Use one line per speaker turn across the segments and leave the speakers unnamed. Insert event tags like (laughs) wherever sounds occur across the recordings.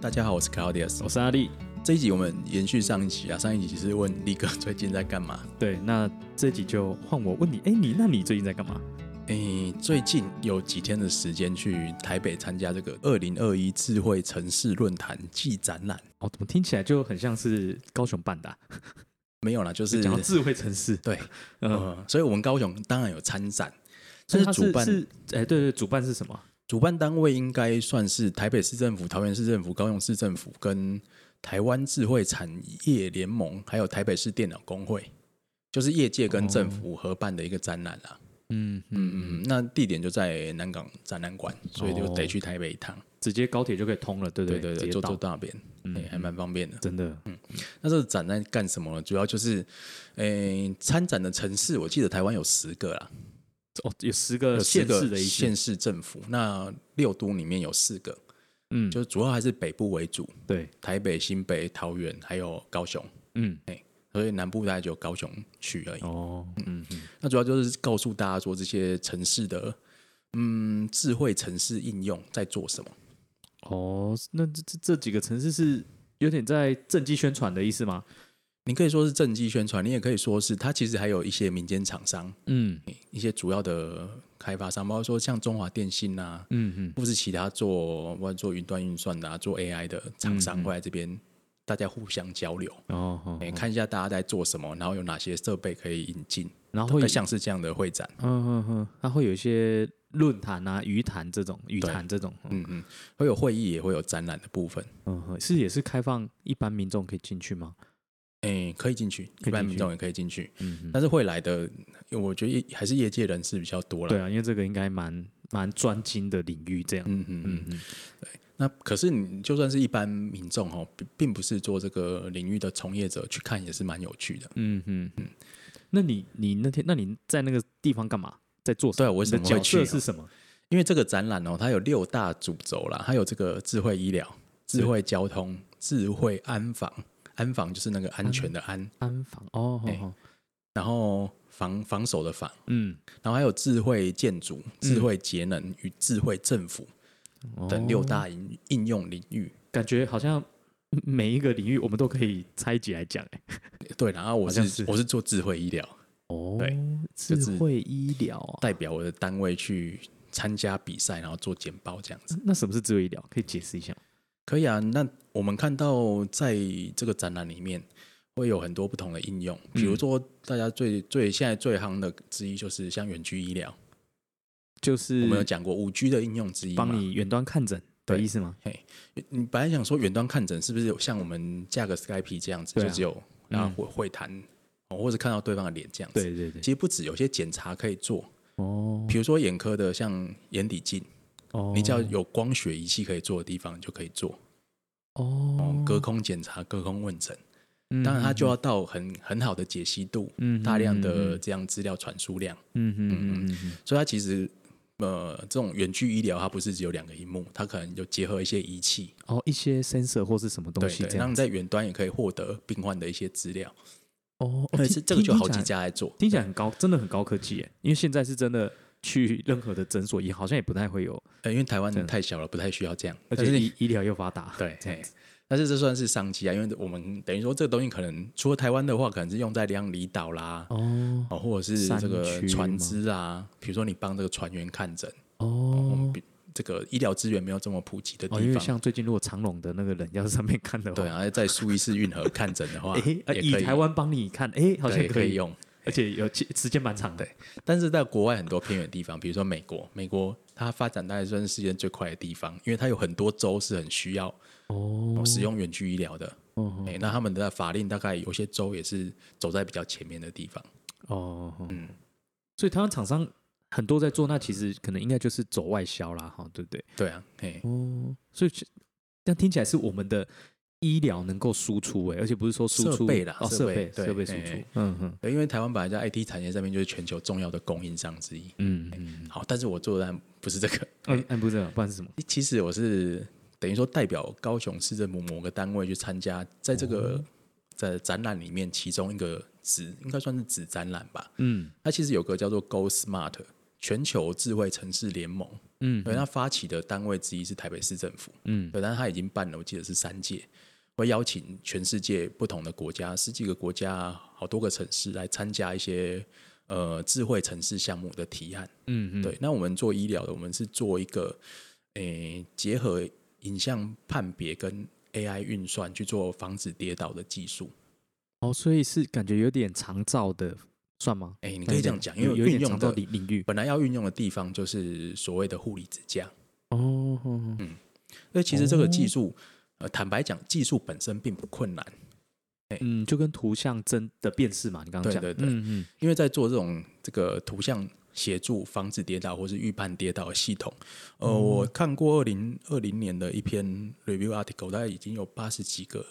大家好，我是 Claudius。
我是阿力。
这一集我们延续上一集啊，上一集是问力哥最近在干嘛？ (laughs)
对，那这集就换我问你，哎，你那你最近在干嘛？
诶，最近有几天的时间去台北参加这个二零二一智慧城市论坛暨展览，
哦，怎么听起来就很像是高雄办的啊、
没有啦，就是
讲到智慧城市，
(laughs) 对，
嗯，
呃，所以我们高雄当然有参展，
所
但
以
是
它
主
是
办
是，哎，对对，主办是什么？
主办单位应该算是台北市政府、桃园市政府、高雄市政府跟台湾智慧产业联盟，还有台北市电脑工会，就是业界跟政
哦
府合办的一个展览啦。
嗯
嗯
嗯，
嗯，那地点就在南港展览馆，所以就得去台北一趟。
直接高铁就可以通了，哦对不
对
对
对
直
对，
接
就
到
坐到那边，
嗯
哎、还蛮嗯方便的。
真的，
那这个展在干什么呢？主要就是，诶、参展的城市，我记得台湾有十个啦，
哦，有十个
有
县
四
市
个
的一些，
县市政府，那六都里面有四个，
嗯，
就主要还是北部为主，
对，
台北、新北、桃园还有高雄，
嗯，
所以南部大概就有高雄区而已。
哦，嗯嗯，
那主要就是告诉大家说这些城市的，嗯，智慧城市应用在做什么。
哦，那这这这几个城市是有点在政绩宣传的意思吗？
你可以说是政绩宣传，你也可以说是它其实还有一些民间厂商、
嗯
一些主要的开发商，包括说像中华电信啊，
嗯嗯，
或是其他做或者做云端运算的、啊、做 AI 的厂商会来这边，大家互相交流，
嗯哦，哦
哎、看一下大家在做什么，然后有哪些设备可以引进，
然后
会
有
像是这样的会展。
嗯嗯嗯，它会有一些论坛啊、鱼坛这种、语
对
坛这种，嗯
嗯嗯，会有会议，也会有展览的部分，
嗯哼，是也是开放一般民众可以进去吗？
哎、可以进去，
可
一
以进去
般民众也可以进去，
嗯哼，
但是会来的，我觉得也还是业界人士比较多了
对。啊，因为这个应该蛮蛮专精的领域，这样，
嗯嗯嗯
嗯。嗯，
那可是你就算是一般民众哦，并并不是做这个领域的从业者去看也是蛮有趣的。
嗯嗯嗯。那你你那天那你在那个地方干嘛？在做什
对
么？
啊，我为
你
什
的
么会
角
去
色
哦？
是什么？
因为这个展览哦，它有六大主轴啦，它有这个智慧医疗、智慧交通、智慧安防，安防就是那个安全的安，
安防哦，
哎
哦哦
然后防防守的防，
嗯，
然后还有智慧建筑、智慧节能与智慧政府等六
哦
大应应用领域。
感觉好像每一个领域我们都可以拆解来讲，哎，
对，然后我
好
是
像是
我是做智慧医疗，
哦
对，
智
就是
慧医疗啊，
代表我的单位去参加比赛，然后做简报这样子。
那什么是智慧医疗？可以解释一下吗？
可以啊，那我们看到在这个展览里面会有很多不同的应用，
嗯
比如说大家最最现在最夯的之一就是像远距医疗，
就是
我们有讲过五 G 的应用之一嘛
嗯帮。你远端看诊的
对
意思吗？
你本来想说远端看诊是不是有像我们架个 Skype 这样子，
对啊
就只有然后会会谈、哦，或者看到对方的脸这样子。
对对对
其，实不止有些检查可以做，
哦
比如说眼科的像眼底镜，
哦
你只要有光学仪器可以做的地方你就可以做，
哦
哦，隔空检查、隔空问诊。
嗯
当然，它就要到很很好的解析度，
嗯
大量的这样资料传输量，
嗯嗯嗯嗯嗯
所以它其实呃，这种远距医疗它不是只有两个荧幕，它可能有结合一些仪器，
哦一些 sensor 或是什么东
对
西这
对，让
样
你在远端也可以获得病患的一些资料。
哦，
而且这个就好几
家，
家来做，
听起来很高，真的很高科技耶。因为现在是真的去任何的诊所也好像也不太会有，
呃因为台湾
这样
太小了，不太需要这样，
而
但是
且
你
医医疗又发达，
对，
(laughs) 这样
嘿但是这算是商机啊，因为我们等于说这个东西可能除了台湾的话，可能是用在两离岛啦。
哦
哦，或者是
山
这个
区
船
吗
只啊，比如说你帮这个船员看诊，我们
哦
比这个医疗资源没有这么普及的
哦，因
地
为
方，
像最近如果长隆的那个人要是上面看的话，
对啊，在苏伊士运河看诊的话，
哦 (laughs) 诶，呃
也
以
可以
台湾帮你看，哎，好
对
像
也可以，用，
而且有其时间蛮长的，
但是在国外很多偏远地方，比如说美国，美国它发展大概算是世界最快的地方，因为它有很多州是很需要
哦
哦使用远距医疗的，
哦
哎、那他们的法令大概有些州也是走在比较前面的地方，
哦，嗯
嗯，
所以台湾厂商很多在做，那其实可能应该就是走外销啦，哈，对不对？
对啊，嘿，
哦，所以其这样听起来是我们的医疗能够输出、欸，而且不是说输出
设备啦
哦，
设
设
备
备
对
设备输
哎
出
哎，
嗯哼，
对因为台湾本来在 IT 产业上面就是全球重要的供应商之一，
嗯嗯，
好，但是我做的当然不是这个，
嗯，哎，不是，不然是什么？
其实我是等于说代表高雄市政府某个单位去参加，在这个、在展览里面，其中一个子应该算是子展览吧。
嗯，
它其实有个叫做 Go Smart 全球智慧城市联盟，
嗯
对，它啊发起的单位之一是台北市政府，
嗯
对，但是它已经办了，我记得是三届，会邀请全世界不同的国家，十几个国家，好多个城市来参加一些呃智慧城市项目的提案。
嗯嗯，
对，那我们做医疗的，我们是做一个诶、结合影像判别跟 AI 运算去做防止跌倒的技术。
哦，所以是感觉有点长照的，算吗？
哎、你可以这样讲，因为
有一
运
点
用
长照
的
领领域
本来要运用的地方就是所谓的护理支架。
哦，哦
所以其实这个技
哦
术，呃，坦白讲，技术本身并不困难，
嗯，就跟图像真的辨识嘛，你刚
对
刚讲，
对对
嗯
因为在做这种这个图像协助防止跌倒或是预判跌倒的系统，呃，
嗯
我看过二零二零年的一篇 review article，大概已经有八十几个、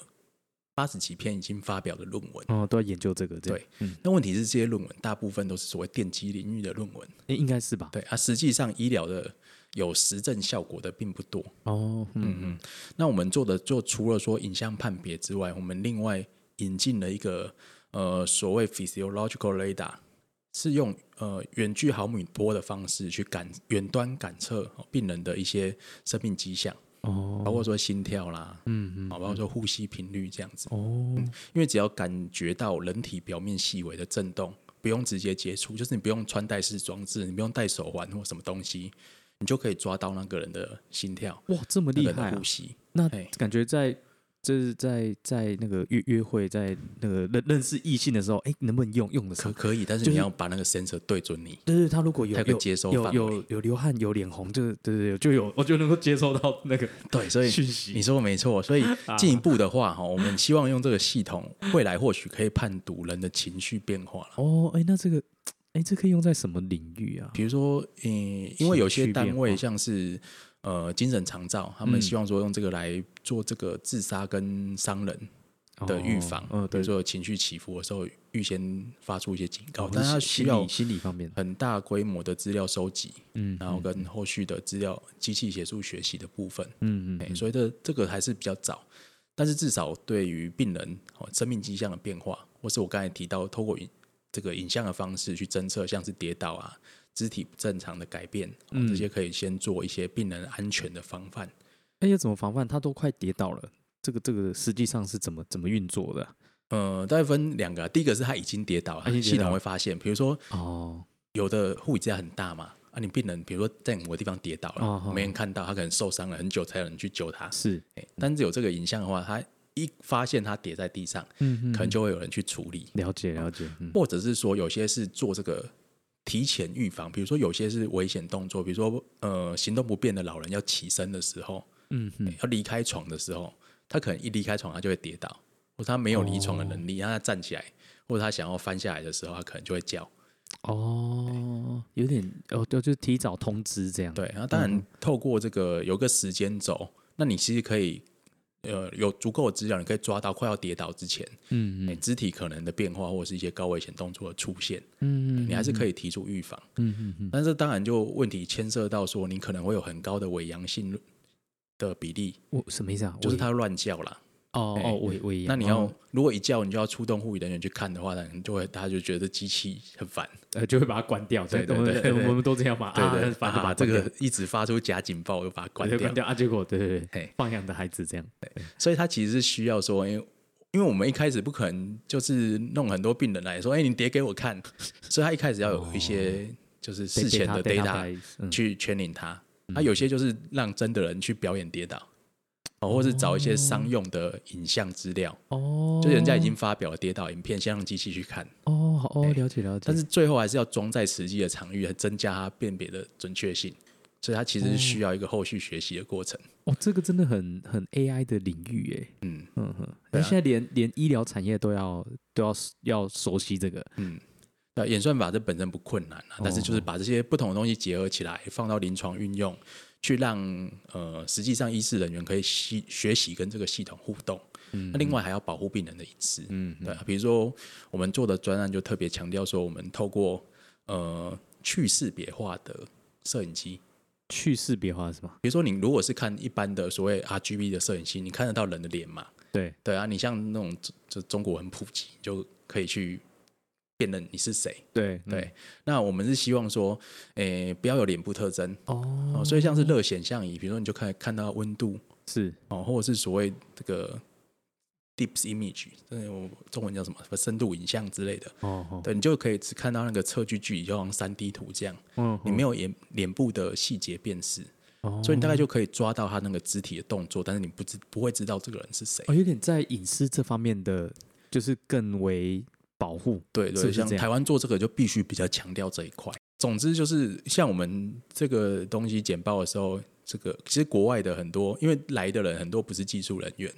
八十几篇已经发表的论文。
嗯，哦，都在研究这个，这样
对，那问题是，这些论文大部分都是所谓电机领域的论文，
诶应该是吧？
对啊，实际上医疗的有实证效果的并不多。
哦，嗯嗯，
嗯，那我们做的就除了说影像判别之外，我们另外引进了一个呃所谓 physiological radar，是用呃远距毫米波的方式去感远端感测哦病人的一些生命迹象，
哦，
包括说心跳啦，
嗯嗯，
啊，包括说呼吸频率这样子。
哦，
因为只要感觉到人体表面细微的震动，不用直接接触，就是你不用穿戴式装置，你不用戴手环或什么东西，你就可以抓到那个人的心跳、
哇，这么
那
厉
个人
害
的
啊
呼！吸。
那
嘿
感觉在就是在在那个约约会，在那个认认识异性的时候，哎，能不能用用得
可
上？
可以，但是
就
你
是
要把那个 sensor 对准你。
对对，他如果有
才会
有
接收
有
范
有
围
有流汗、有脸红，就是对对对，就有我就能够接收到那个
(laughs) 对，所以
讯息
你说的没错。所以 (laughs) 进一步的话，哈、我们希望用这个系统，未来或许可以判读人的情绪变化了。
哦，哎，那这个，哎，这可以用在什么领域啊？
比如说，嗯，因为有些单
情绪变
位
化
像是呃精神长照，他们
嗯
希望说用这个来做这个自杀跟伤人的预防，
哦嗯，
比
对
如，说有情绪起伏的时候，预先发出一些警告，
哦
但
是
它
心
需要
理心理方面，
很大规模的资料收集，
嗯
然后跟后续的资料机器协助学习的部分。
嗯嗯
哎，所以这这个还是比较早，但是至少对于病人哦生命迹象的变化，或是我刚才提到透过影这个影像的方式去侦测，像是跌倒啊、肢体不正常的改变，哦
嗯
这些可以先做一些病人安全的防范。
哎，要怎么防范？他都快跌倒了，这个这个实际上是怎么怎么运作的啊？
呃，大概分两个，第一个是他已经跌倒
他已
了，
经跌
系
倒
统
了
会发现，比如说
哦，
有的护理之家很大嘛，啊，你病人比如说在某个地方跌倒了，
哦哦
没人看到，他可能受伤了很久才有人去救他，
是，
哎但是有这个影像的话，他一发现他跌在地上，
嗯嗯
可能就会有人去处理。
了解了解，嗯
或者是说有些是做这个提前预防，比如说有些是危险动作，比如说呃行动不便的老人要起身的时候，
嗯嗯，
要离开床的时候，他可能一离开床他就会跌倒，或者他没
哦
有离床的能力，让他站起来，或者他想要翻下来的时候，他可能就会叫。
哦，有点哦，就就提早通知这样，
对，然后当
嗯
然透过这个有个时间轴，那你其实可以。呃，有足够的资料，你可以抓到快要跌倒之前，
嗯，嗯
你肢体可能的变化或者是一些高危险动作的出现，
嗯
你还是可以提出预防。
嗯嗯嗯，
但是当然就问题牵涉到说，你可能会有很高的伪阳性的比例，
我什么意思啊？
就是
尾
他乱叫啦。
哦
哎
哦，我我一样
那你要如果一叫，你就要出动护理人员去看的话，呢，就会大家就觉得机器很烦，
呃就会把它关掉，
对对
我们
对对对
(laughs) 我们都这样嘛，
对对，
啊把它
啊
把它
这
关
个
掉
一直发出假警报，又把它关
对
掉
关。掉啊，结果对对对
嘿，
放养的孩子这样，
所以它其实是需要说，因为因为我们一开始不可能就是弄很多病人来说，哎，你叠给我看， (laughs) 所以他一开始要有一些就是事前的 data
data，嗯
去圈领他。他有些就是让真的人去表演跌倒，哦，或是找一些商用的影像资料，
哦，
就人家已经发表了跌倒影片，先让机器去看，
哦好哦了解了解，
但是最后还是要装在实际的场域，来增加它辨别的准确性。所以它其实是需要一个后续学习的过程。
哦这个真的很很 AI 的领域哎，
嗯
嗯哼，那现在连连医疗产业都要都要要熟悉这个，
嗯，那演算法这本身不困难啊，但是
哦
就是把这些不同的东西结合起来，放到临床运用，去让呃实际上医师人员可以系学习跟这个系统互动。那另外还要保护病人的隐私。
嗯
对啊，比如说我们做的专案就特别强调说，我们透过呃去识别化的摄影机，
去识别化是吗？
比如说你如果是看一般的所谓 RGB 的摄影机，你看得到人的脸嘛？
对，
对啊，你像那种就中国很普及，就可以去辨认你是谁。
对
对，那我们是希望说，诶、不要有脸部特征
哦，
哦，所以像是热显像仪，比如说你就看看它的温度
是
哦，或者是所谓这个 deep image，嗯，我中文叫什么深度影像之类的，
哦哦，
对你就可以只看到那个测距距离，就像三 D 图这样，
嗯，
你没有眼脸部的细节辨识，
哦
所以你大概就可以抓到他那个肢体的动作，但是你不知不会知道这个人是谁。
哦，有点在隐私这方面的，就是更为保护。
对
是
对，
不是
像
这样
台湾做这个就必须比较强调这一块。总之就是像我们这个东西简报的时候，这个其实国外的很多，因为来的人很多不是技术人员，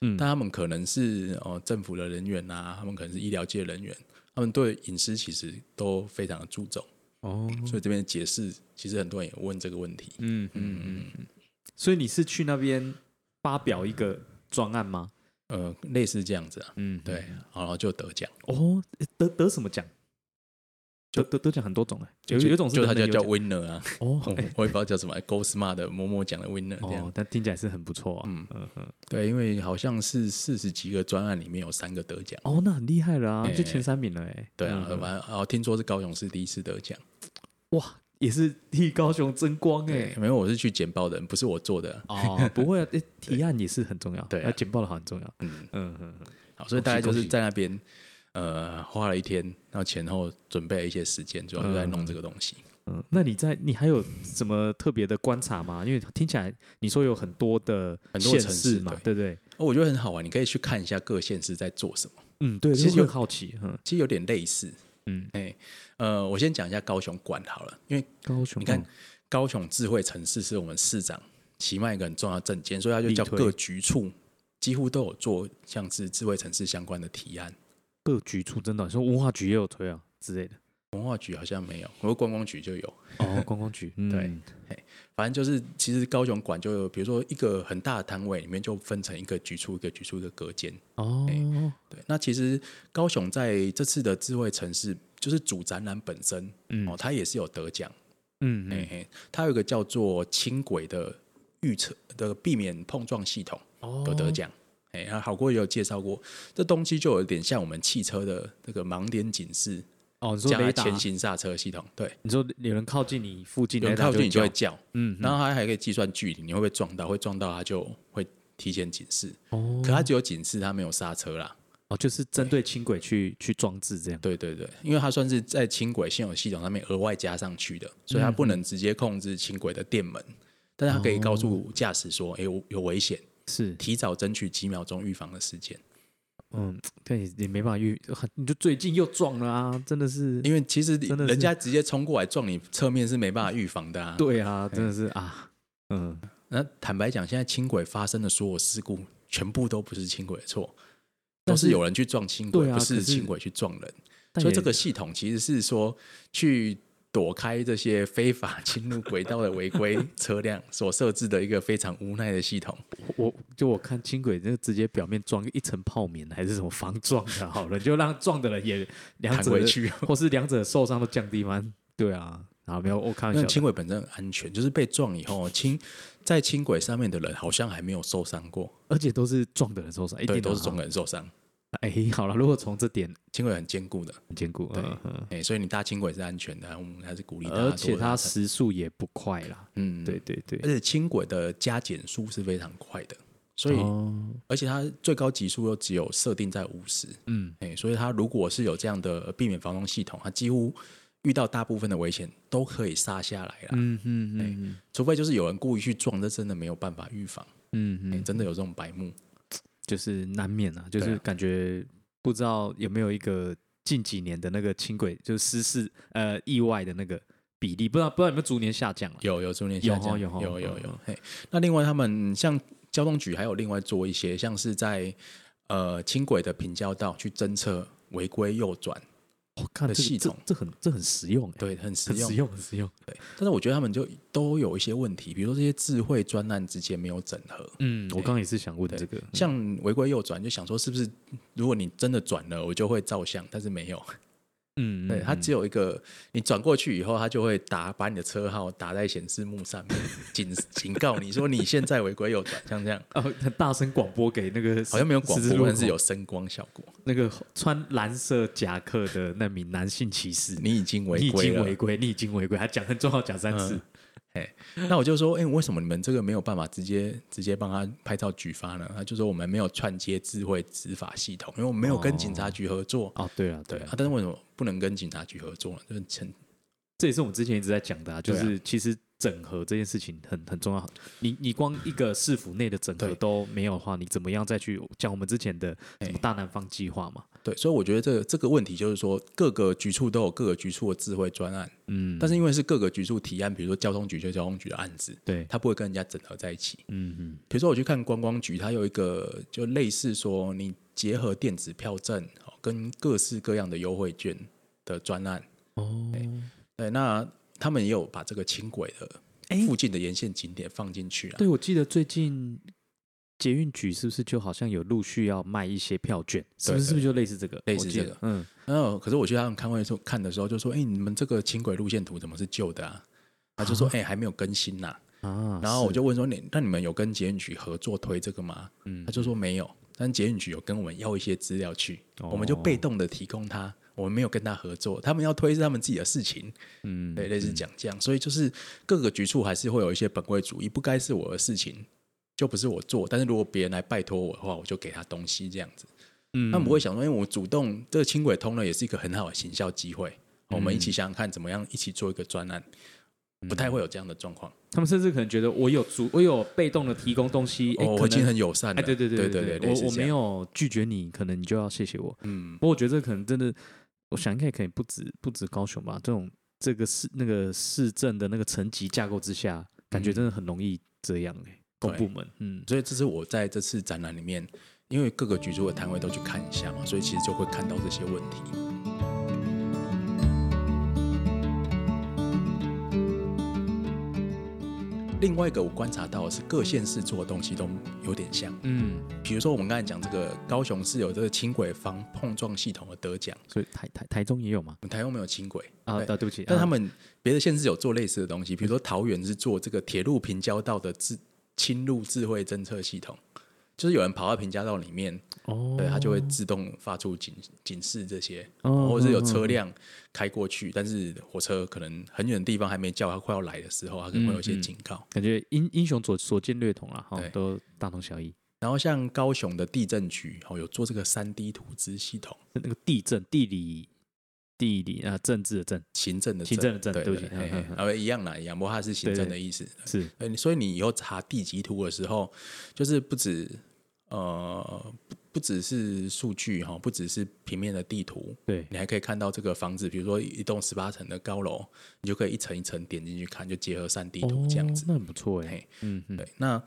嗯
但他们可能是哦、呃政府的人员啊，他们可能是医疗界人员，他们对隐私其实都非常的注重，
哦，
所以这边解释其实很多人也问这个问题。
嗯嗯嗯，所以你是去那边发表一个专案吗？
呃，类似这样子啊，
嗯，
对，然后就得奖，
哦，得得什么奖？得得得奖很多种哎，有
就
有一种是
就他
人
叫
人
叫
有
winner 啊，
奖 (laughs) 哦
我
哎
我也不知道叫什么，Go Smart 的某某奖的 winner 这样
哦，但听起来是很不错啊。嗯
嗯
嗯嗯，
对，因为好像是四十几个专案里面有三个得奖，
哦，那很厉害了啊，
哎
就前三名了哎。
对啊
嗯，嗯
反正哦，听说是高雄市第一次得奖，
哇，也是替高雄争光
对，。
哎
没有，我是去简报的，不是我做的， (laughs)
哦，不会啊，哎提案也是很重要，
对啊
那简报的好很重要。嗯
嗯
嗯嗯，
好，所以大概就
恭
是
喜
在那边呃花了一天，然后前后准备了一些时间，主要就在弄这个东西。
嗯，那你在你还有什么特别的观察吗？因为听起来你说有很多的
很多
县
城
市
市
嘛，对不对？
哦，我觉得很好玩，你可以去看一下各县市在做什么，
嗯，对，
其实
会
有
很好奇，嗯
其实有点类似。
嗯，
呃，我先讲一下高雄管好了，因为
高雄，
你看高雄智慧城市是我们市长其迈一个很重要的证件，所以他就叫
力推
各局处几乎都有做像是智慧城市相关的提案。
各局处真的，你说文化局也有推啊之类的，
文化局好像没有，我说观光局就有。
哦，观光局，嗯
对，反正就是，其实高雄馆就有，比如说一个很大的摊位里面就分成一个局处、一个局处、一个隔间。
哦，
哎对，那其实高雄在这次的智慧城市，就是主展览本身，
嗯
哦，它也是有得奖。
嗯
嘿
嗯，
嘿，它有一个叫做轻轨的预测的避免碰撞系统，
哦
有得奖。哎，然后好过也有介绍过，这东西就有点像我们汽车的这个盲点警示
哦，你说
加
雷达，
前行刹车系统，对，
你说有人靠近你附近，
有
雷
人
达
靠近你就会
叫，
叫，
嗯，
然后它还可以计算距离，你会不会撞到？会撞到它就会提前警示，
哦
可它只有警示，它没有刹车啦。
哦，就是针对轻轨去去装置这样，
对对对，因为它算是在轻轨现有系统上面额外加上去的，所以它不能直接控制轻轨的电门，但是它可以告诉驾驶说，哎、有有危险，
是，
提早争取几秒钟预防的时间。
嗯，但也也没办法预，你就最近又撞了啊，真的是，
因为其实
真的是
人家直接冲过来撞你侧面是没办法预防的啊。
对啊，真的是啊，嗯，
那坦白讲，现在轻轨发生的所有事故，全部都不是轻轨的错，
但
都
是
是有人去撞轻轨，
对啊
不
可
是
是
轻轨去撞人。
但
所以
也
这个系统其实是说去躲开这些非法 (laughs) 侵入轨道的违规车辆所设置的一个非常无奈的系统。
我就我看轻轨那个直接表面装一层泡棉还是什么防撞的，好了，就让撞的人也两者
弹回去
或是两者受伤都降低吗？对啊，然后没有我看
那
玩笑
轻
的，
轨本身很安全，就是被撞以后，哦轻在轻轨上面的人好像还没有受伤过，
而且都是撞的人受伤，一
对，
定
都是撞
的
的人受伤。
啊。哎，好了，如果从这点
轻轨很坚固的，
很坚固，
对
嗯嗯
哎、所以你搭轻轨是安全的啊，我们还是鼓励大家多
而
搭
且
乘。
它时速也不快啦。
嗯，
对，对对
而，且轻轨的加减速是非常快的，所以、
哦
而且它最高极速又只有设定在五十，
嗯，
哎、所以它如果是有这样的避免防撞系统，它几乎遇到大部分的危险都可以刹下来了、
嗯嗯嗯
除非就是有人故意去撞，这真的没有办法预防，
嗯
哎、
嗯，
真的有这种白目。
就是难免啊，就是
对啊
感觉不知道有没有一个近几年的那个轻轨就是失事呃意外的那个比例，不知道不知道有没有逐年下降了。啊
有有中年下降，
有哦有
有
哦
有
嗯
有嘿，那另外他们像交通局还有另外做一些，像是在呃轻轨的平交道去侦测违规右转，
我、看
的
这个
哦系
这
统
这很这很实用欸，
对，很实
很
用
实。用，很实用。
对，但是我觉得他们就都有一些问题，比如说这些智慧专案之间没有整合。
嗯，我刚刚也是想问
对
这个，
像违规右转，就想说是不是如果你真的转了，我就会照相，但是没有，
嗯，
对，
嗯
它只有一个，你转过去以后，它就会打把你的车号打在显示幕上面，警 (laughs) 警告你说你现在违规右转，像这样，
哦，他大声广播给那个
好像没有广
十字路
播，但是
口
有声光效果。
那个穿蓝色夹克的那名男性骑士，
你已经
你
违
已
规
经
了嗯
违。规，你已经违规，他讲很重要，讲三次。
那我就说，哎、为什么你们这个没有办法直接直接帮他拍照举发呢？他就说我们没有串接智慧执法系统，因为我们没有跟警察局合作。
哦，对了，
对
对
啊
了，，
但是为什么不能跟警察局合作呢？就是成
这也是我们之前一直在讲的、啊，就
对啊
是其实整合这件事情很很重要。你你光一个市府内的整合
对
都没有的话，你怎么样再去讲我们之前的
哎
什么大南方计划嘛？
对，所以我觉得这个这个问题就是说，各个局处都有各个局处的智慧专案，
嗯，
但
是
是因为是各个局处提案，比如说交通局就交通局的案子，
对，
它不会跟人家整合在一起。
嗯嗯，
比如说我去看观光局，它有一个就类似说你结合电子票证哦跟各式各样的优惠券的专案，
哦，
对，那他们也有把这个轻轨
哎
的附近的沿线景点放进去啊。
对，我记得最近捷运局是不是就好像有陆续要卖一些票券？是不是
对
是不是就类似这个？
类
我
似
记
这
得
个
嗯，
然后可是我去他们看会的时候看的时候就说，哎、你们这个轻轨路线图怎么是旧的啊？他就说，哎、还没有更新呐、
啊，
然后我
是，
就问说，你那你们有跟捷运局合作推这个吗？
嗯
他就说没有，但捷运局有跟我们要一些资料去，
哦
我们就被动的提供他。我们没有跟他合作，他们要推是他们自己的事情，
嗯，
对，类似讲这样，所以就是各个局处还是会有一些本位主义，不该是我的事情，就不是我做。但是如果别人来拜托我的话，我就给他东西这样子。
嗯，
他们不会想说，因哎为我主动这个轻轨通了，也是一个很好的行销机会，我们一
嗯
起想想看怎么样一起做一个专案，不太会有这样的状况。
他们甚至可能觉得我有足，我有被动的提供东西，哎、
哦，
可
我已经
能
很友善了，
哎，对对
对
对
对类
我
似
我
这
没
样，
有拒绝你，可能你就要谢谢我。
嗯
不，过我觉得这可能真的，我想应该可以不止不止高雄吧，这种这个市那个市政的那个层级架构之下，感觉
嗯
真的很容易这样哎、公
对
部门，嗯，
所以这是我在这次展览里面，因为各个局处的摊位都去看一下嘛，所以其实就会看到这些问题。另外一个我观察到的是，各县市做的东西都有点像。
嗯，
比如说我们刚才讲这个高雄市有这个轻轨防碰撞系统的得奖，
所以台台台中也有嘛？
我们台湾没有轻轨，
啊，
对
对，对不起，
但
啊
他们别的县市有做类似的东西，比如说桃园是做这个铁路平交道的智侵入智慧侦测系统，就是有人跑到平交道里面，
哦，
对，它就会自动发出警警示这些，
哦
或者是有
嗯嗯
车辆开过去，但是火车可能很远的地方还没叫，它快要来的时候，它可能会有一些
嗯嗯
警告。
感觉英英雄所所见略同啦，哈
对，
都大同小异。
然后像高雄的地震局哦，有做这个三 D 图资系统，
那个地震、地理、地理啊，政治的政
行政的
行政的政
对
对不起
嘿嘿
嗯嗯嗯嗯
啊一样啦，一样，不过它是行政的意思。
是
呃，你所以你以后查地籍图的时候，就是不止呃不不只是数据哈，不只是平面的地图，
对
你还可以看到这个房子，比如说一栋十八层的高楼，你就可以一层一层点进去看，就结合三 D 图这样子。
哦那很不错哎
嘿。
嗯嗯，
对，那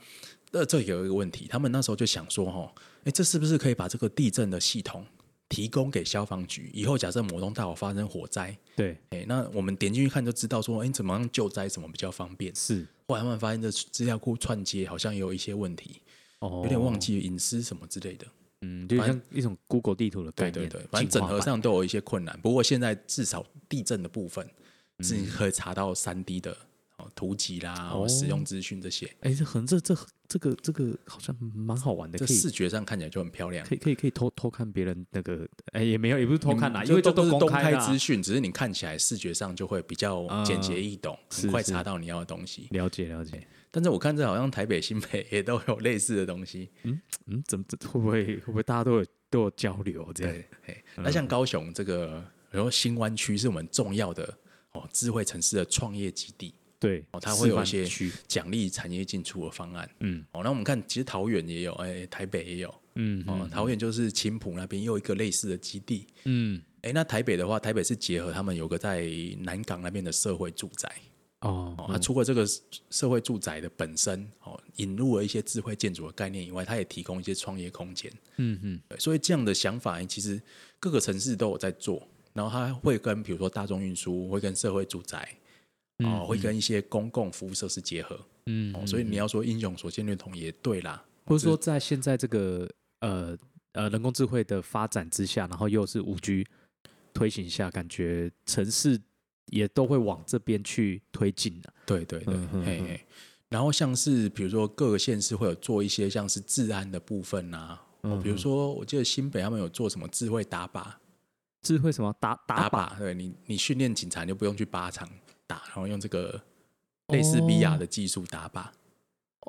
那这有一个问题，他们那时候就想说哈，哎，这是不是可以把这个地震的系统提供给消防局？以后假设某栋大楼发生火灾，
对，
哎，那我们点进去看就知道说，哎，怎么样救灾怎么比较方便？
是
后来他们发现这资料库串接好像也有一些问题，
哦，
有点忘，记隐私什么之类的。
嗯，就像一种 Google 地图的概
对
念，
对对，反正整合
进化版
上都有一些困难。不过现在至少地震的部分是可以查到三 D 的哦图集啦、
嗯哦
哦、使用资讯这些，
哎，这很这这这个这个好像蛮好玩的，
这
可以
视觉上看起来就很漂亮
可。以可以可以偷偷看别人那个，哎，也没有，也不是偷看啦，
嗯
因为这
都
都
是
公
公开
的啊
资讯，只是你看起来视觉上就会比较简洁易懂，
是
很快
是
查到你要的东西。
了解了解，
但是我看这好像台北、新北也都有类似的东西。
嗯，怎么会不会会不会大家都有都有交流这样？
对，嘿那像高雄这个，然后新湾区是我们重要的哦智慧城市的创业基地，
对，
哦它会有一些
示范区，
奖励产业进出的方案。
嗯
哦，那我们看，其实桃园也有，哎、台北也有，
嗯
哦，桃园就是青浦那边又有一个类似的基地。
嗯，
哎、那台北的话，台北是结合他们有个在南港那边的社会住宅，哦，
哦，
那除了这个社会住宅的本身，哦，引入了一些智慧建筑的概念以外，它也提供一些创业空间。
嗯嗯，
对所以这样的想法其实各个城市都有在做，然后它会跟比如说大众运输，会跟社会住宅，哦，会跟一些公共服务设施结合。
嗯
哦，所以你要说英雄所见略同也对啦，
或者说在现在这个呃呃人工智慧的发展之下，然后又是五 G，推行下，感觉城市也都会往这边去推进的、
对对对，
嗯嗯
嘿
嗯
嘿。然后像是比如说各个县市会有做一些像是治安的部分啊，哦
嗯
比如说我记得新北他们有做什么智慧打靶，
智慧什么打打靶，
靶，对你你训练警察你就不用去靶场打，然后用这个类似 VR 的技术打靶，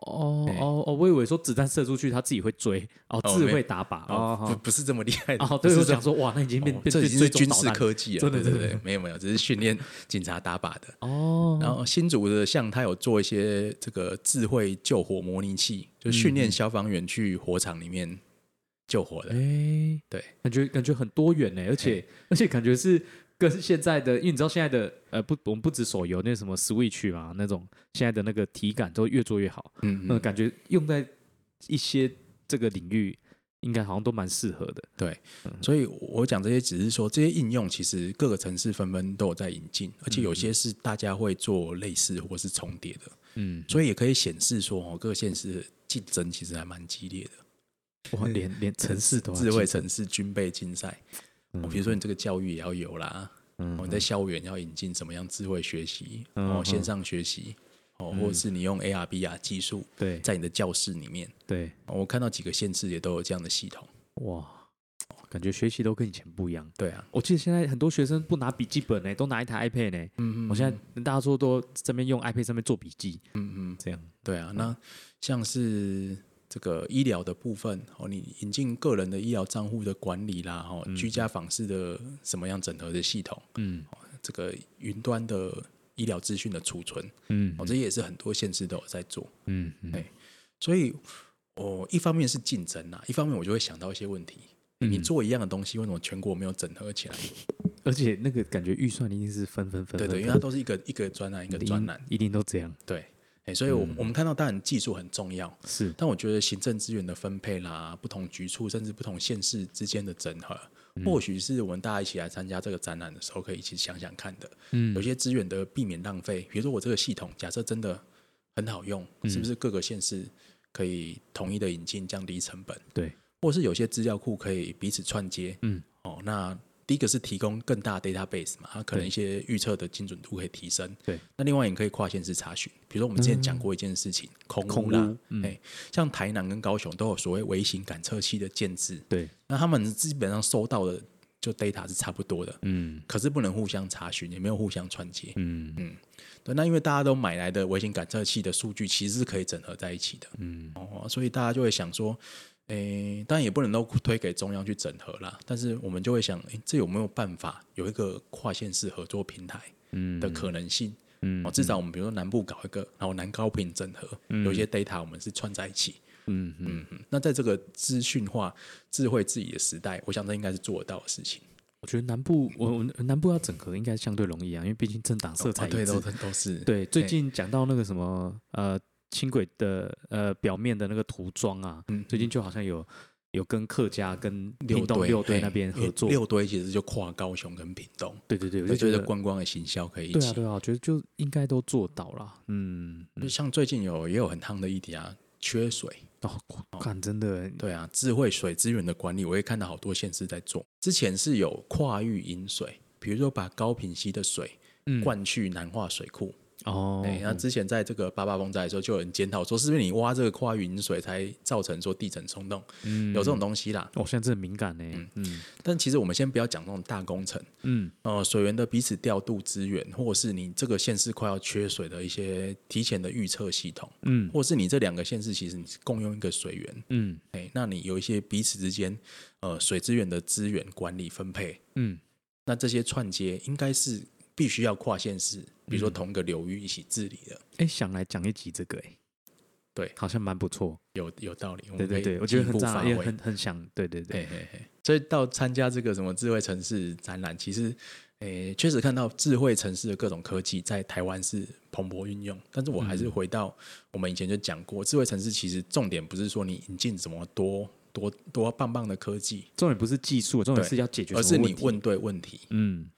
哦
哎
哦哦，我以为说子弹射出去它自己会追，哦，
哦
智
没
慧打靶，哦
哦，不不是这么厉害的，
哦，
不
对
是
我
这
想
么
说，哇，那已经变
哦
变
这已
变
经是
最终
军
导
事
弹
科技了，
真的
对
真
对
的
对，没有没有，只是训练警察打靶的。
哦，
然后新竹的像他有做一些这个智慧救火模拟器，就是训练消防员去火场里面救火的。
哎，
对，
感觉感觉很多元呢，而且 (laughs) 而且感觉是跟现在的，因为你知道现在的呃不，我们不止手游那什么 Switch 嘛，那种现在的那个体感都越做越好，
嗯
嗯、
嗯，
感觉用在一些这个领域，应该好像都蛮适合的。
对。所以我讲这些只是说，这些应用其实各个城市纷纷都有在引进，而且有些是大家会做类似或是重叠的，
嗯，
所以也可以显示说，哦，各个县市的竞争其实还蛮激烈的。
哇，连连城市都要
智慧
进
城市军备竞赛，哦，比如说你这个教育也要有啦，
嗯
哦，你在校园要引进什么样智慧学习，
嗯
哦，
嗯
线上学习，哦，或者是你用 AR、VR 技术
对
在你的教室里面，
对，
哦我看到几个县市也都有这样的系统。
哇，感觉学习都跟以前不一样。
对啊，
我记得现在很多学生不拿笔记本呢、都拿一台 iPad 呢、
嗯
我现在大家说都这边用 iPad 上面做笔记，
嗯嗯，
这样。
对啊，那像是。这个医疗的部分哦，你引进个人的医疗账户的管理啦，哦，居家访视的什么样整合的系统，
嗯
这个云端的医疗资讯的储存，
嗯
哦，这些也是很多县市都有在做。
嗯嗯
哎所以，我、一方面是竞争啊啦，一方面我就会想到一些问题。你做一样的东西，为什么全国没有整合起来？
而且那个感觉预算一定是分分分
对
分
对，因为它都是一个一个专栏一个
分
专栏，
一定一定都这样，
对。哎、所以我，我、们看到，当然技术很重要，
是
但我觉得行政资源的分配啦，不同局处甚至不同县市之间的整合，或许是我们大家一起来参加这个展览的时候，可以一起想想看的。
嗯
有些资源的避免浪费，比如说我这个系统，假设真的很好用，是不是各个县市可以统一的引进，降低成本？
对，
或是有些资料库可以彼此串接。
嗯，
哦，那第一个是提供更大的 database 嘛，它可能
对
一些预测的精准度可以提升。
对，
那另外也可以跨县市查询，比如说我们之前讲过一件事情，空
嗯空
屋啦，
屋嗯
哎、像台南跟高雄都有所谓微型感测器的建制，
对，
那他们基本上收到的就 data 是差不多的，
嗯
可是不能互相查询，也没有互相串接。
嗯
对，那因为大家都买来的微型感测器的数据其实是可以整合在一起的，
嗯
哦，所以大家就会想说，诶，当然也不能都推给中央去整合啦，但是我们就会想，诶，这有没有办法有一个跨县市合作平台
嗯
的可能性？
嗯
哦，至少我们比如说南部搞一个，然后南高平整合，有一些 data 我们是串在一起。
嗯嗯，
嗯，那在这个资讯化、智慧自己的时代，我想这应该是做得到的事情。
我觉得南部我我南部要整合应该相对容易啊，因为毕竟政党色彩
哦
一
对，
致
都都是
对，最近讲到那个什么呃轻轨的呃表面的那个涂装啊，
嗯
最近就好像有有跟客家跟屏东六队
嘿
那边合作，
六堆其实就跨高雄跟屏东，
对对对，我
我
就
就
觉
觉
得
得观光的行销可以一
对啊
起。
对啊，我觉得就应该都做到啦。嗯，
就像最近有也有很烫的议题啊，缺水。
哦，看真的，欸
对啊，智慧水资源的管理，我也看到好多县市在做。之前是有跨域引水，比如说把高品溪的水
嗯
灌去南化水库。
哦
对，那之前在这个八八风灾的时候，就有人检讨说，是不是你挖这个跨域引水才造成说地震冲动？
嗯
有这种东西啦。
我现在真的很敏感呢、嗯
但其实我们先不要讲这种大工程，
嗯
呃，水源的彼此调度资源，或是你这个县市快要缺水的一些提前的预测系统，
嗯
或是你这两个县市其实你是共用一个水源，
嗯
哎，那你有一些彼此之间呃水资源的资源管理分配，
嗯，
那这些串接应该是必须要跨县市，比
嗯
如说同一个流域一起治理的，
哎、想来讲一集这个哎、
对
好像蛮不错。
有有道理。我们
对
可
对
以
对，我觉
进
得
一
很
步
赞
发
啊，也
挥。
很很想。对对对，
嘿嘿嘿，所以到参加这个什么智慧城市展览，其实诶确实看到智慧城市的各种科技在台湾是蓬勃运用，但是我还是回到我们以前就讲过，智慧城市其实重点不是说你引进什么多多多棒棒的科技，
重点不是技术，重点
对
是要解决
而
什
是
么
你
问题。
问对问题，
嗯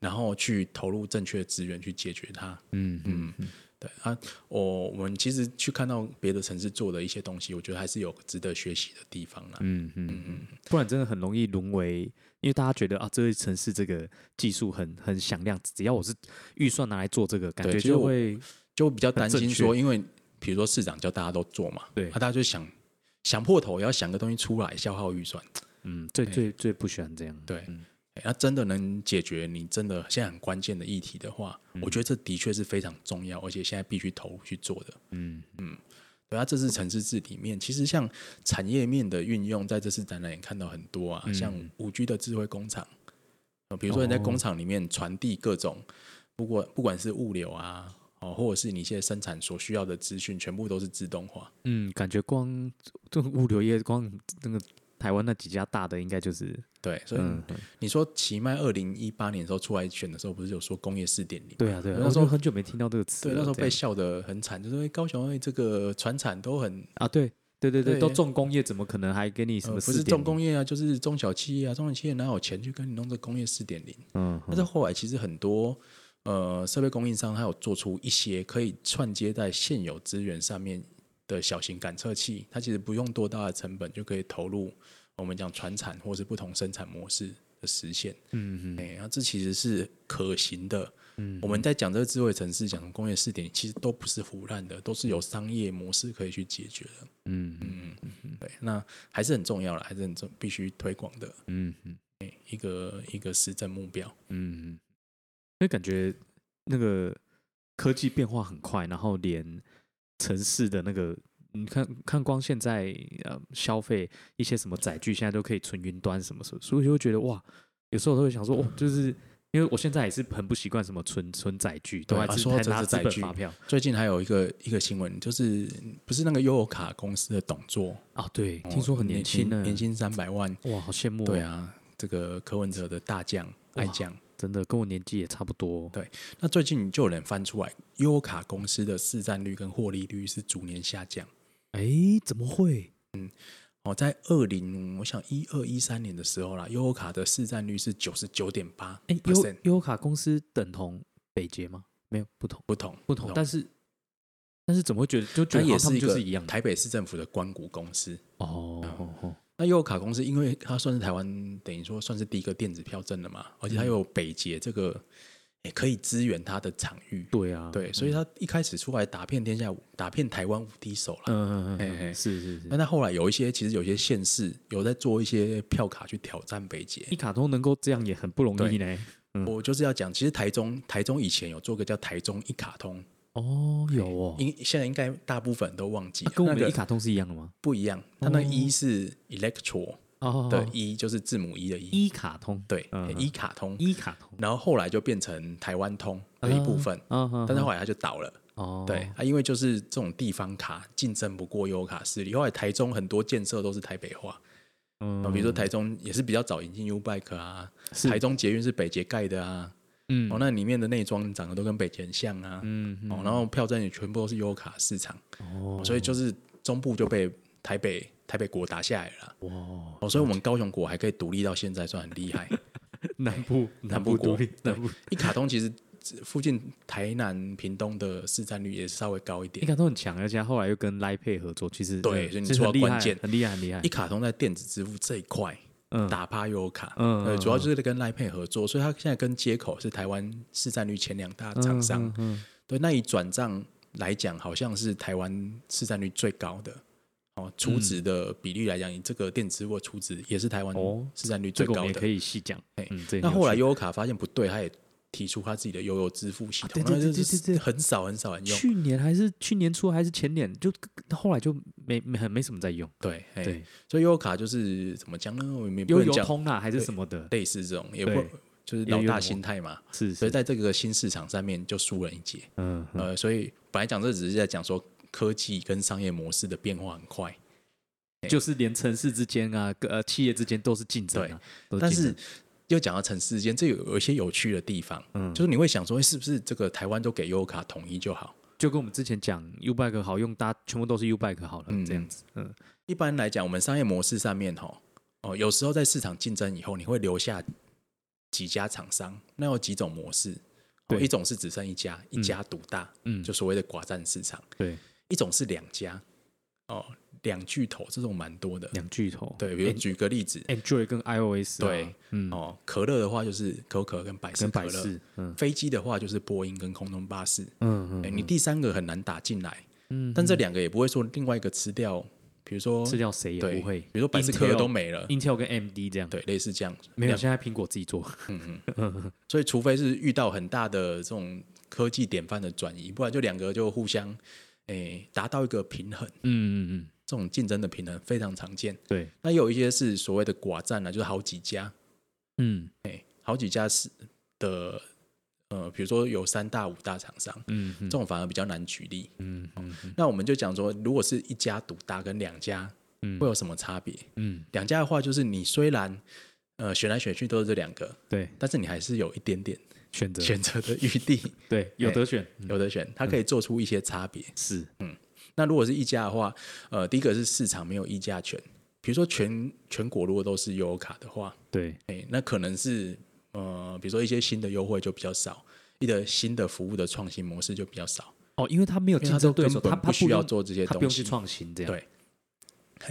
然后去投入正确的资源去解决它。
嗯嗯
嗯，对啊，我我们其实去看到别的城市做的一些东西，我觉得还是有值得学习的地方啦。
嗯嗯嗯，不然真的很容易沦为，因为大家觉得啊，这个城市这个技术很很响亮，只要我是预算拿来做这个，感
对
觉
其实
就
我
会
就比较担
很
心
正
说，因为比如说市长叫大家都做嘛，
对
啊，大家就想想破头也要想个东西出来消耗预算。
嗯，最最最不喜欢这样。
对，哎那、真的能解决你真的现在很关键的议题的话，
嗯
我觉得这的确是非常重要，而且现在必须投入去做的。
嗯
对啊，这是城市治理面。其实像产业面的运用，在这次展览也看到很多啊，
嗯
像五 G 的智慧工厂，呃比如
哦
说你在工厂里面传递各种，不过不管是物流啊，哦，或者是你现在生产所需要的资讯，全部都是自动化。
嗯，感觉光这个物流业光那个台湾那几家大的，应该就是
对，所以
嗯，
你说奇迈二零一八年的时候出来选的时候，不是有说工业四点零？
对啊对啊，
哦那
我
时
说
候
很久没听到这个词
对，
了，啊
那时候
这
被
样
笑得很惨，就是哎高雄哎这个船产都很、
啊，对对对对，
对
都重工业，怎么可能还给你什
呃
么
不
四
是
点
重
零？
工业啊，就是中小企业啊，中小企业哪有钱去跟你弄这工业四点零？
嗯，
但是后来其实很多呃设备供应商，它有做出一些可以串接在现有资源上面的小型感测器，它其实不用多大的成本就可以投入我们讲传产或是不同生产模式的实现。
嗯嗯
哎、然后这其实是可行的。嗯，我们在讲这个智慧城市，讲工业四点，其实都不是胡乱的，都是有商业模式可以去解决的。
嗯嗯
对，那还是很重要了，还是很重，必须推广的
嗯嗯
一个一个实证目标。
嗯，因为感觉那个科技变化很快，然后连城市的那个。你看看，光现在呃消费一些什么载具，现在都可以存云端什么什么，所以就会觉得哇，有时候我都会想说，哇，就是因为我现在也是很不习惯什么存存载具，都
对
还
啊
是
说到
还
这
拿
是
资
载
本
具
发票
最近还有一个一个新闻，就是不是那个优卡公司的董座，
啊？对，听说很
哦
年轻呢，哦
年薪三百万。
哇，好羡慕、
对，啊，这个柯文哲的大将爱将，
真的跟我年纪也差不多。哦
那最近就有人翻出来，优卡公司的市占率跟获利率是逐年下降。
哎、怎么会？
哦，在二零我想一二一三年的时候啦，优卡的市占率是九十九点八
哎、
percent，
优优卡公司等同北捷吗？没有，不同，
不同哦
不同。但是，但是怎么会觉得就
它
觉得
也
好像
是
他们
一
就
个
是一样的？
台北市政府的关谷公司。
哦哦哦，
那优卡公司，因为它算是台湾等于说算是第一个电子票证了嘛，而且
嗯
它有北捷这个也可以支援它的场域，
对啊，
对，所以它一开始出来打遍天下五，打遍台湾五敌手了。
嗯，嗯嗯
嘿
嗯
嘿
嗯，是是是，
但它后来有一些，其实有些县市有在做一些票卡去挑战北捷，
一卡通能够这样也很不容易呢。
我就是要讲，其实台中台中以前有做个叫台中一卡通，
哦，有哦，
应现在应该大部分都忘记
那
了，
跟我们
那
的
个
一卡通是一样的吗？
不一样，它那个一是 electro
哦，
的一，就是字母一的一，
一卡通，
对，
嗯
一卡通，
一卡通
然后后来就变成台湾通的一部分，
啊哈，
但是后来它就倒了。
哦，
对，啊，因为就是这种地方卡竞争不过优卡势力，后来台中很多建设都是台北化，
嗯
啊，比如说台中也是比较早引进 U Bike 啊，
是
台中捷运是北捷盖的啊，
嗯
哦，那里面的内装长得都跟北捷很像啊，
嗯嗯
哦，然后票站也全部都是优卡市场，哦，所以就是中部就被台北台北国打下来了啦，
哇，
哦，所以我们高雄国还可以独立到现在，算很厉害。
(laughs) 南部南
部
独
国
立，南部
一卡通其实附近台南、屏东的市占率也是稍微高一
一
点。
卡通很强，而且他后来又跟 Line Pay 合作，其实
对
嗯
所以你
其实
说到
很厉害
关键
很厉害，很厉害
一。卡通在电子支付这一块
嗯
打趴优卡，
嗯
对，
嗯
主要就是跟 Line Pay 合作，所以它现在跟接口是台湾市占率前两大
嗯
厂商。对，那以转账来讲，好像是台湾市占率最高的。
嗯
哦，储值的比率来讲，你这个电子支付的储值也是台湾
哦
市占率
这
最
个我
高
们也
的
可。以细讲。嗯，这也
那
很有
后来
趣
悠游卡发现不对，他也提出他自己的悠游支付系统，
啊对对
那就
对
是
对对对
很少很少人用。
去年还是去年初还是前年，就后来就没没很没什么在用。
对，哎
对，
所以悠游卡就是怎么讲呢？我们也不
悠
能
游
讲
通啦还是什么的，
类似这种，也
对
不就是老大心态嘛。
是
所以
是
在这个新市场上面就输人一截。
嗯嗯
呃，所以本来讲这只是在讲说科技跟商业模式的变化很快，
就是连城市之间啊，各呃企业之间都是竞争啊，都
但
竞
是
争
又讲到城市之间，这有有一些有趣的地方，嗯，就是你会想说，诶是不是这个台湾都给悠游卡统一就好？
就跟我们之前讲 U Bike 好用，大家全部都是 U Bike 好了，
嗯
这样子，嗯，
一般来讲，我们商业模式上面哈，哦，有时候在市场竞争以后，你会留下几家厂商，那有几种模式。哦
对
一种是只剩一家，一家独大，
嗯，
就所谓的寡占市场；
对，
一种是两家，哦，两巨头这种蛮多的。
两哎巨头，
对，比如
En-
举个例子，
Enjoy 跟 iOS，啊
对，
嗯，
哦，可乐的话就是可口可乐跟百事
跟
可
百
乐，
事，嗯
飞机的话就是波音跟空中巴士。
嗯
哎，
嗯，
你第三个很难打进来，
嗯
但这两个也不会说另外一个吃掉，比如说
吃掉谁也
对，
不会，
比如说百事可乐
Intel-
都没了，
Intel 跟 MD 这样，
对，类似这样。
没有，
两
现在苹果自
(laughs)
己做，
所以除非是遇到很大的这种科技典范的转移，不然就两个就互相诶达到一个平衡，
嗯嗯嗯，
这种竞争的平衡非常常见。
对，
那也有一些是所谓的寡占呢、就是好几家，
嗯
好几家是的，呃，比如说有三大五大厂商，
嗯嗯
这种反而比较难举例。
嗯嗯
那我们就讲说，如果是一家独大跟两家，
嗯
会有什么差别？
嗯，
两家的话，就是你虽然呃选来选去都是这两个，
对，
但是你还是有一点点
选择
选哎择的余地，
对，有得选
有的选，它可以做出一些差别。
是，
那如果是议价的话，呃，第一个是市场没有议价权，比如说全全国如果都是优优卡的话，
对，
哎、那可能是呃，比如说一些新的优惠就比较少，一个新的服务的创新模式就比较少，
哦，因为他没有
因为
竞
它
争
都
对
根
手，
本
他他
不需要
用
做这些
他不
东
用去
西。
创新，这样
对，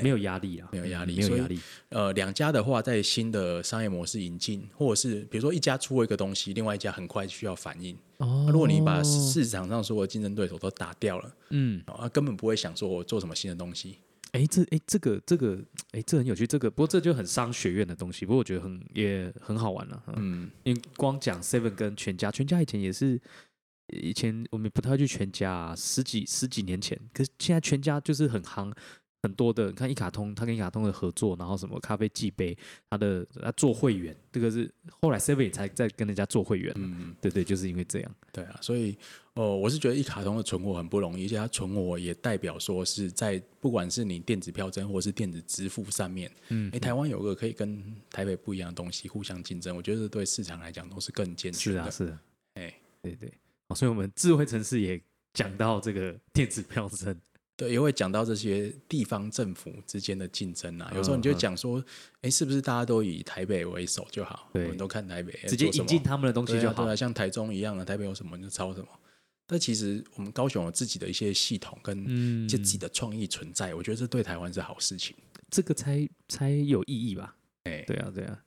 没有压力啊，
没有压力
没有
所以
压力，
呃，两家的话，在新的商业模式引进，或者是比如说一家出了一个东西，另外一家很快需要反应。
哦
那如果你把市场上所有竞争对手都打掉了，
嗯，
啊，根本不会想说我做什么新的东西。
哎，这哎这个这个哎这很有趣，这个不过这就很商学院的东西，不过我觉得很也很好玩了、嗯
嗯，
因为光讲 Seven 跟全家，全家以前也是，以前我们不太会去全家、啊，十几十几年前，可是现在全家就是很夯，很多的，你看一卡通，他跟一卡通的合作，然后什么咖啡寄杯，他的他做会员，这个是后来 Seven 也才在跟人家做会员，嗯，对对，就是因为这样，
对啊，所以呃，我是觉得一卡通的存活很不容易，而且它存活也代表说是在不管是你电子票征或是电子支付上面，
嗯
诶，哎台湾有个可以跟台北不一样的东西互相竞争，我觉得对市场来讲都是更健全
是
的。
啊是啊，
哎
对对，哦，所以我们智慧城市也讲到这个电子票证，
对，也会讲到这些地方政府之间的竞争啊。有时候你
嗯
就讲说，诶，是不是大家都以台北为首就好？我
对
们都看台北，诶
直
哎
接
做什
引
么
进他们的东西
对
就
啊
好
对，啊，像台中一样啊，台北有什么你就抄什么。但其实我们高雄有自己的一些系统跟
嗯
一些自己的创意存在，我觉得这对台湾是好事情。
这个才才有意义吧？
哎
对啊对啊，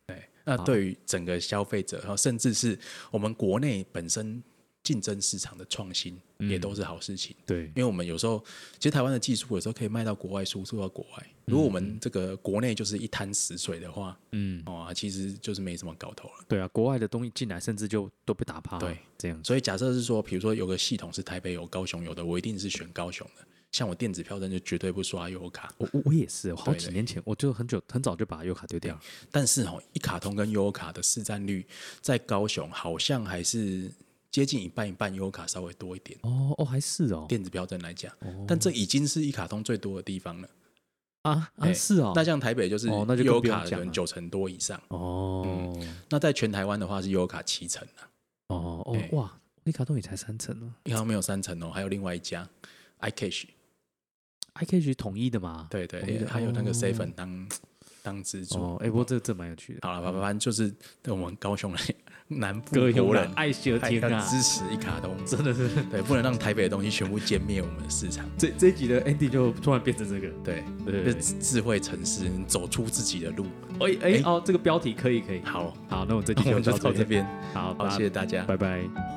那
好
对于整个消费者，然后甚至是我们国内本身竞争市场的创新，
嗯
也都是好事情。
对
因为我们有时候，其实台湾的技术有时候可以卖到国外，输出到国外。如果我们这个国内就是一滩死水的话，
嗯，
哦，其实就是没什么搞头了。
对啊，国外的东西进来，甚至就都被打趴。
对，
这样子。
所以假设是说，比如说有个系统是台北有、高雄有的，我一定是选高雄的。像我电子票证就绝对不刷优卡，
我我我也是，哦我好
对
几
对
年前我就很久很早就把优卡丢掉了。
但是哦，一卡通跟优卡的市占率在高雄好像还是接近一半一半，优卡稍微多一点。
哦哦，还是哦，
电子标证来讲，
哦
但这已经是一卡通最多的地方了。
啊啊
哎
是哦，
那像台北就是
哦那就更
优
不用
卡可
讲
能
了
九成多以上，
哦
那在全台湾的话是优卡七成啊，
哦哦
哎
哇，那卡通也才三层哦
一卡通没有三成哦，还有另外一家 iCash，
，IKG 统一的嘛。
对对，
统一的
还有那个
哦
Seven 当当支柱。
哦，哎，不过这这蛮有趣的。
好了，反正就是对我们高雄人南部
各有
国
人
人，
爱惜而
还
听
要
啊，
支持一卡通，
真的是
对，不能让台北的东西全部歼灭我们的市场。
这这一集的 Andy 就突然变成这个。
对，
对
就是智慧城市，你走出自己的路。
哎哎
哎
哦，这个标题可以可以。
好，
(laughs) 好，那我这
那
集
我
就
们就
到
到
这
这
边。
边，
好，
好，谢谢大家，
拜拜。